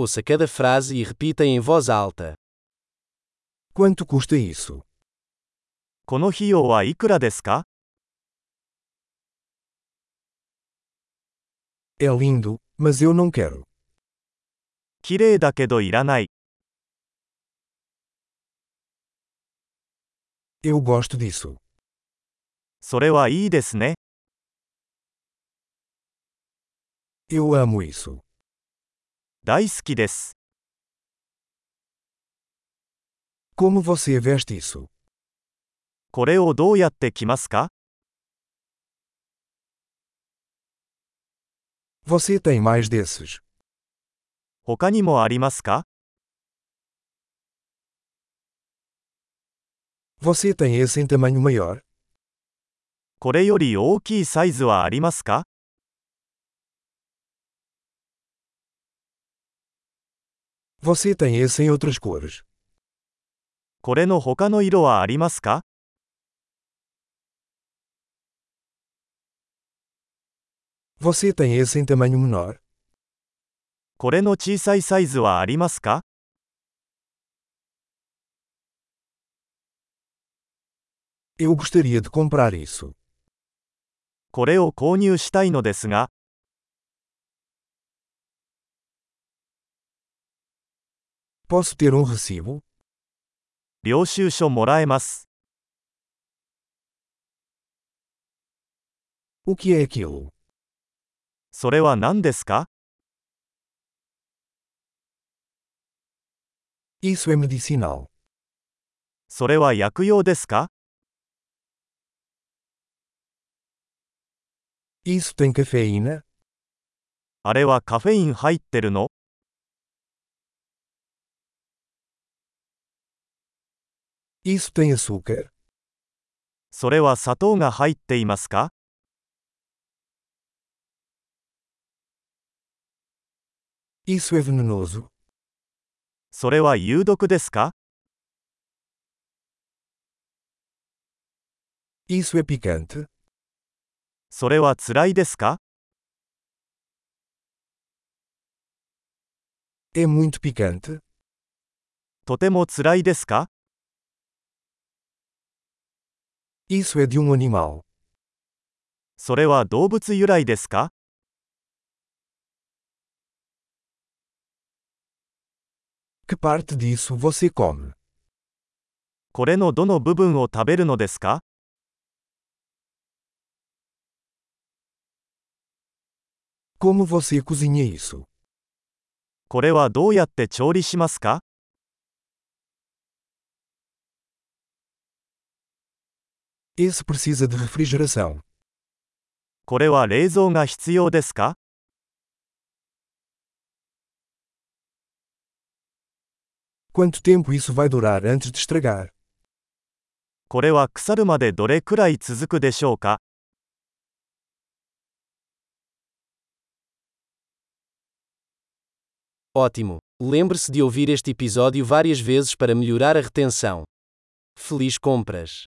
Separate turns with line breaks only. Ouça cada frase e repita em voz alta.
Quanto custa isso?
この費用はいくらですか
É lindo, mas eu não quero.
綺麗だけどいらない。
Eu gosto disso.
それはいいですね。
Eu amo isso.
大好きです。
Como você veste isso?
これをどうやって着ますか
Você tem mais desses?
他にもありますか
Você tem esse em tamanho maior?
これより大きいサイズはありますか
Você tem esse em outras cores?
これの他の色はありますか
Você tem esse em tamanho menor?
これの小さいサイズはありますか
Eu gostaria de comprar isso.
これを購入したいのですが、
Posso ter um recibo?
領収書もらえます。
O que é aquilo?
それは何ですか
Isso é medicinal.
それは薬用ですか
Isso tem cafeína?
あれはカフェイン入ってるの
Isso tem açúcar?
それは砂糖が入っていますか
Isso é venenoso?
それは有毒ですか
Isso é picante?
それは辛いですか
É muito picante?
とても辛いですか
Isso é de um animal.
それは動物由来ですか
Que parte disso você come?
これのどの部分を食べるのですか
Como você cozinha isso?
これはどうやって調理しますか
Esse precisa de refrigeração.
これは冷蔵が必要ですか
Quanto tempo isso vai durar antes de estragar?
これは腐るまでどれくらい続くでしょうか
Ótimo! Lembre-se de ouvir este episódio várias vezes para melhorar a retenção. Feliz compras!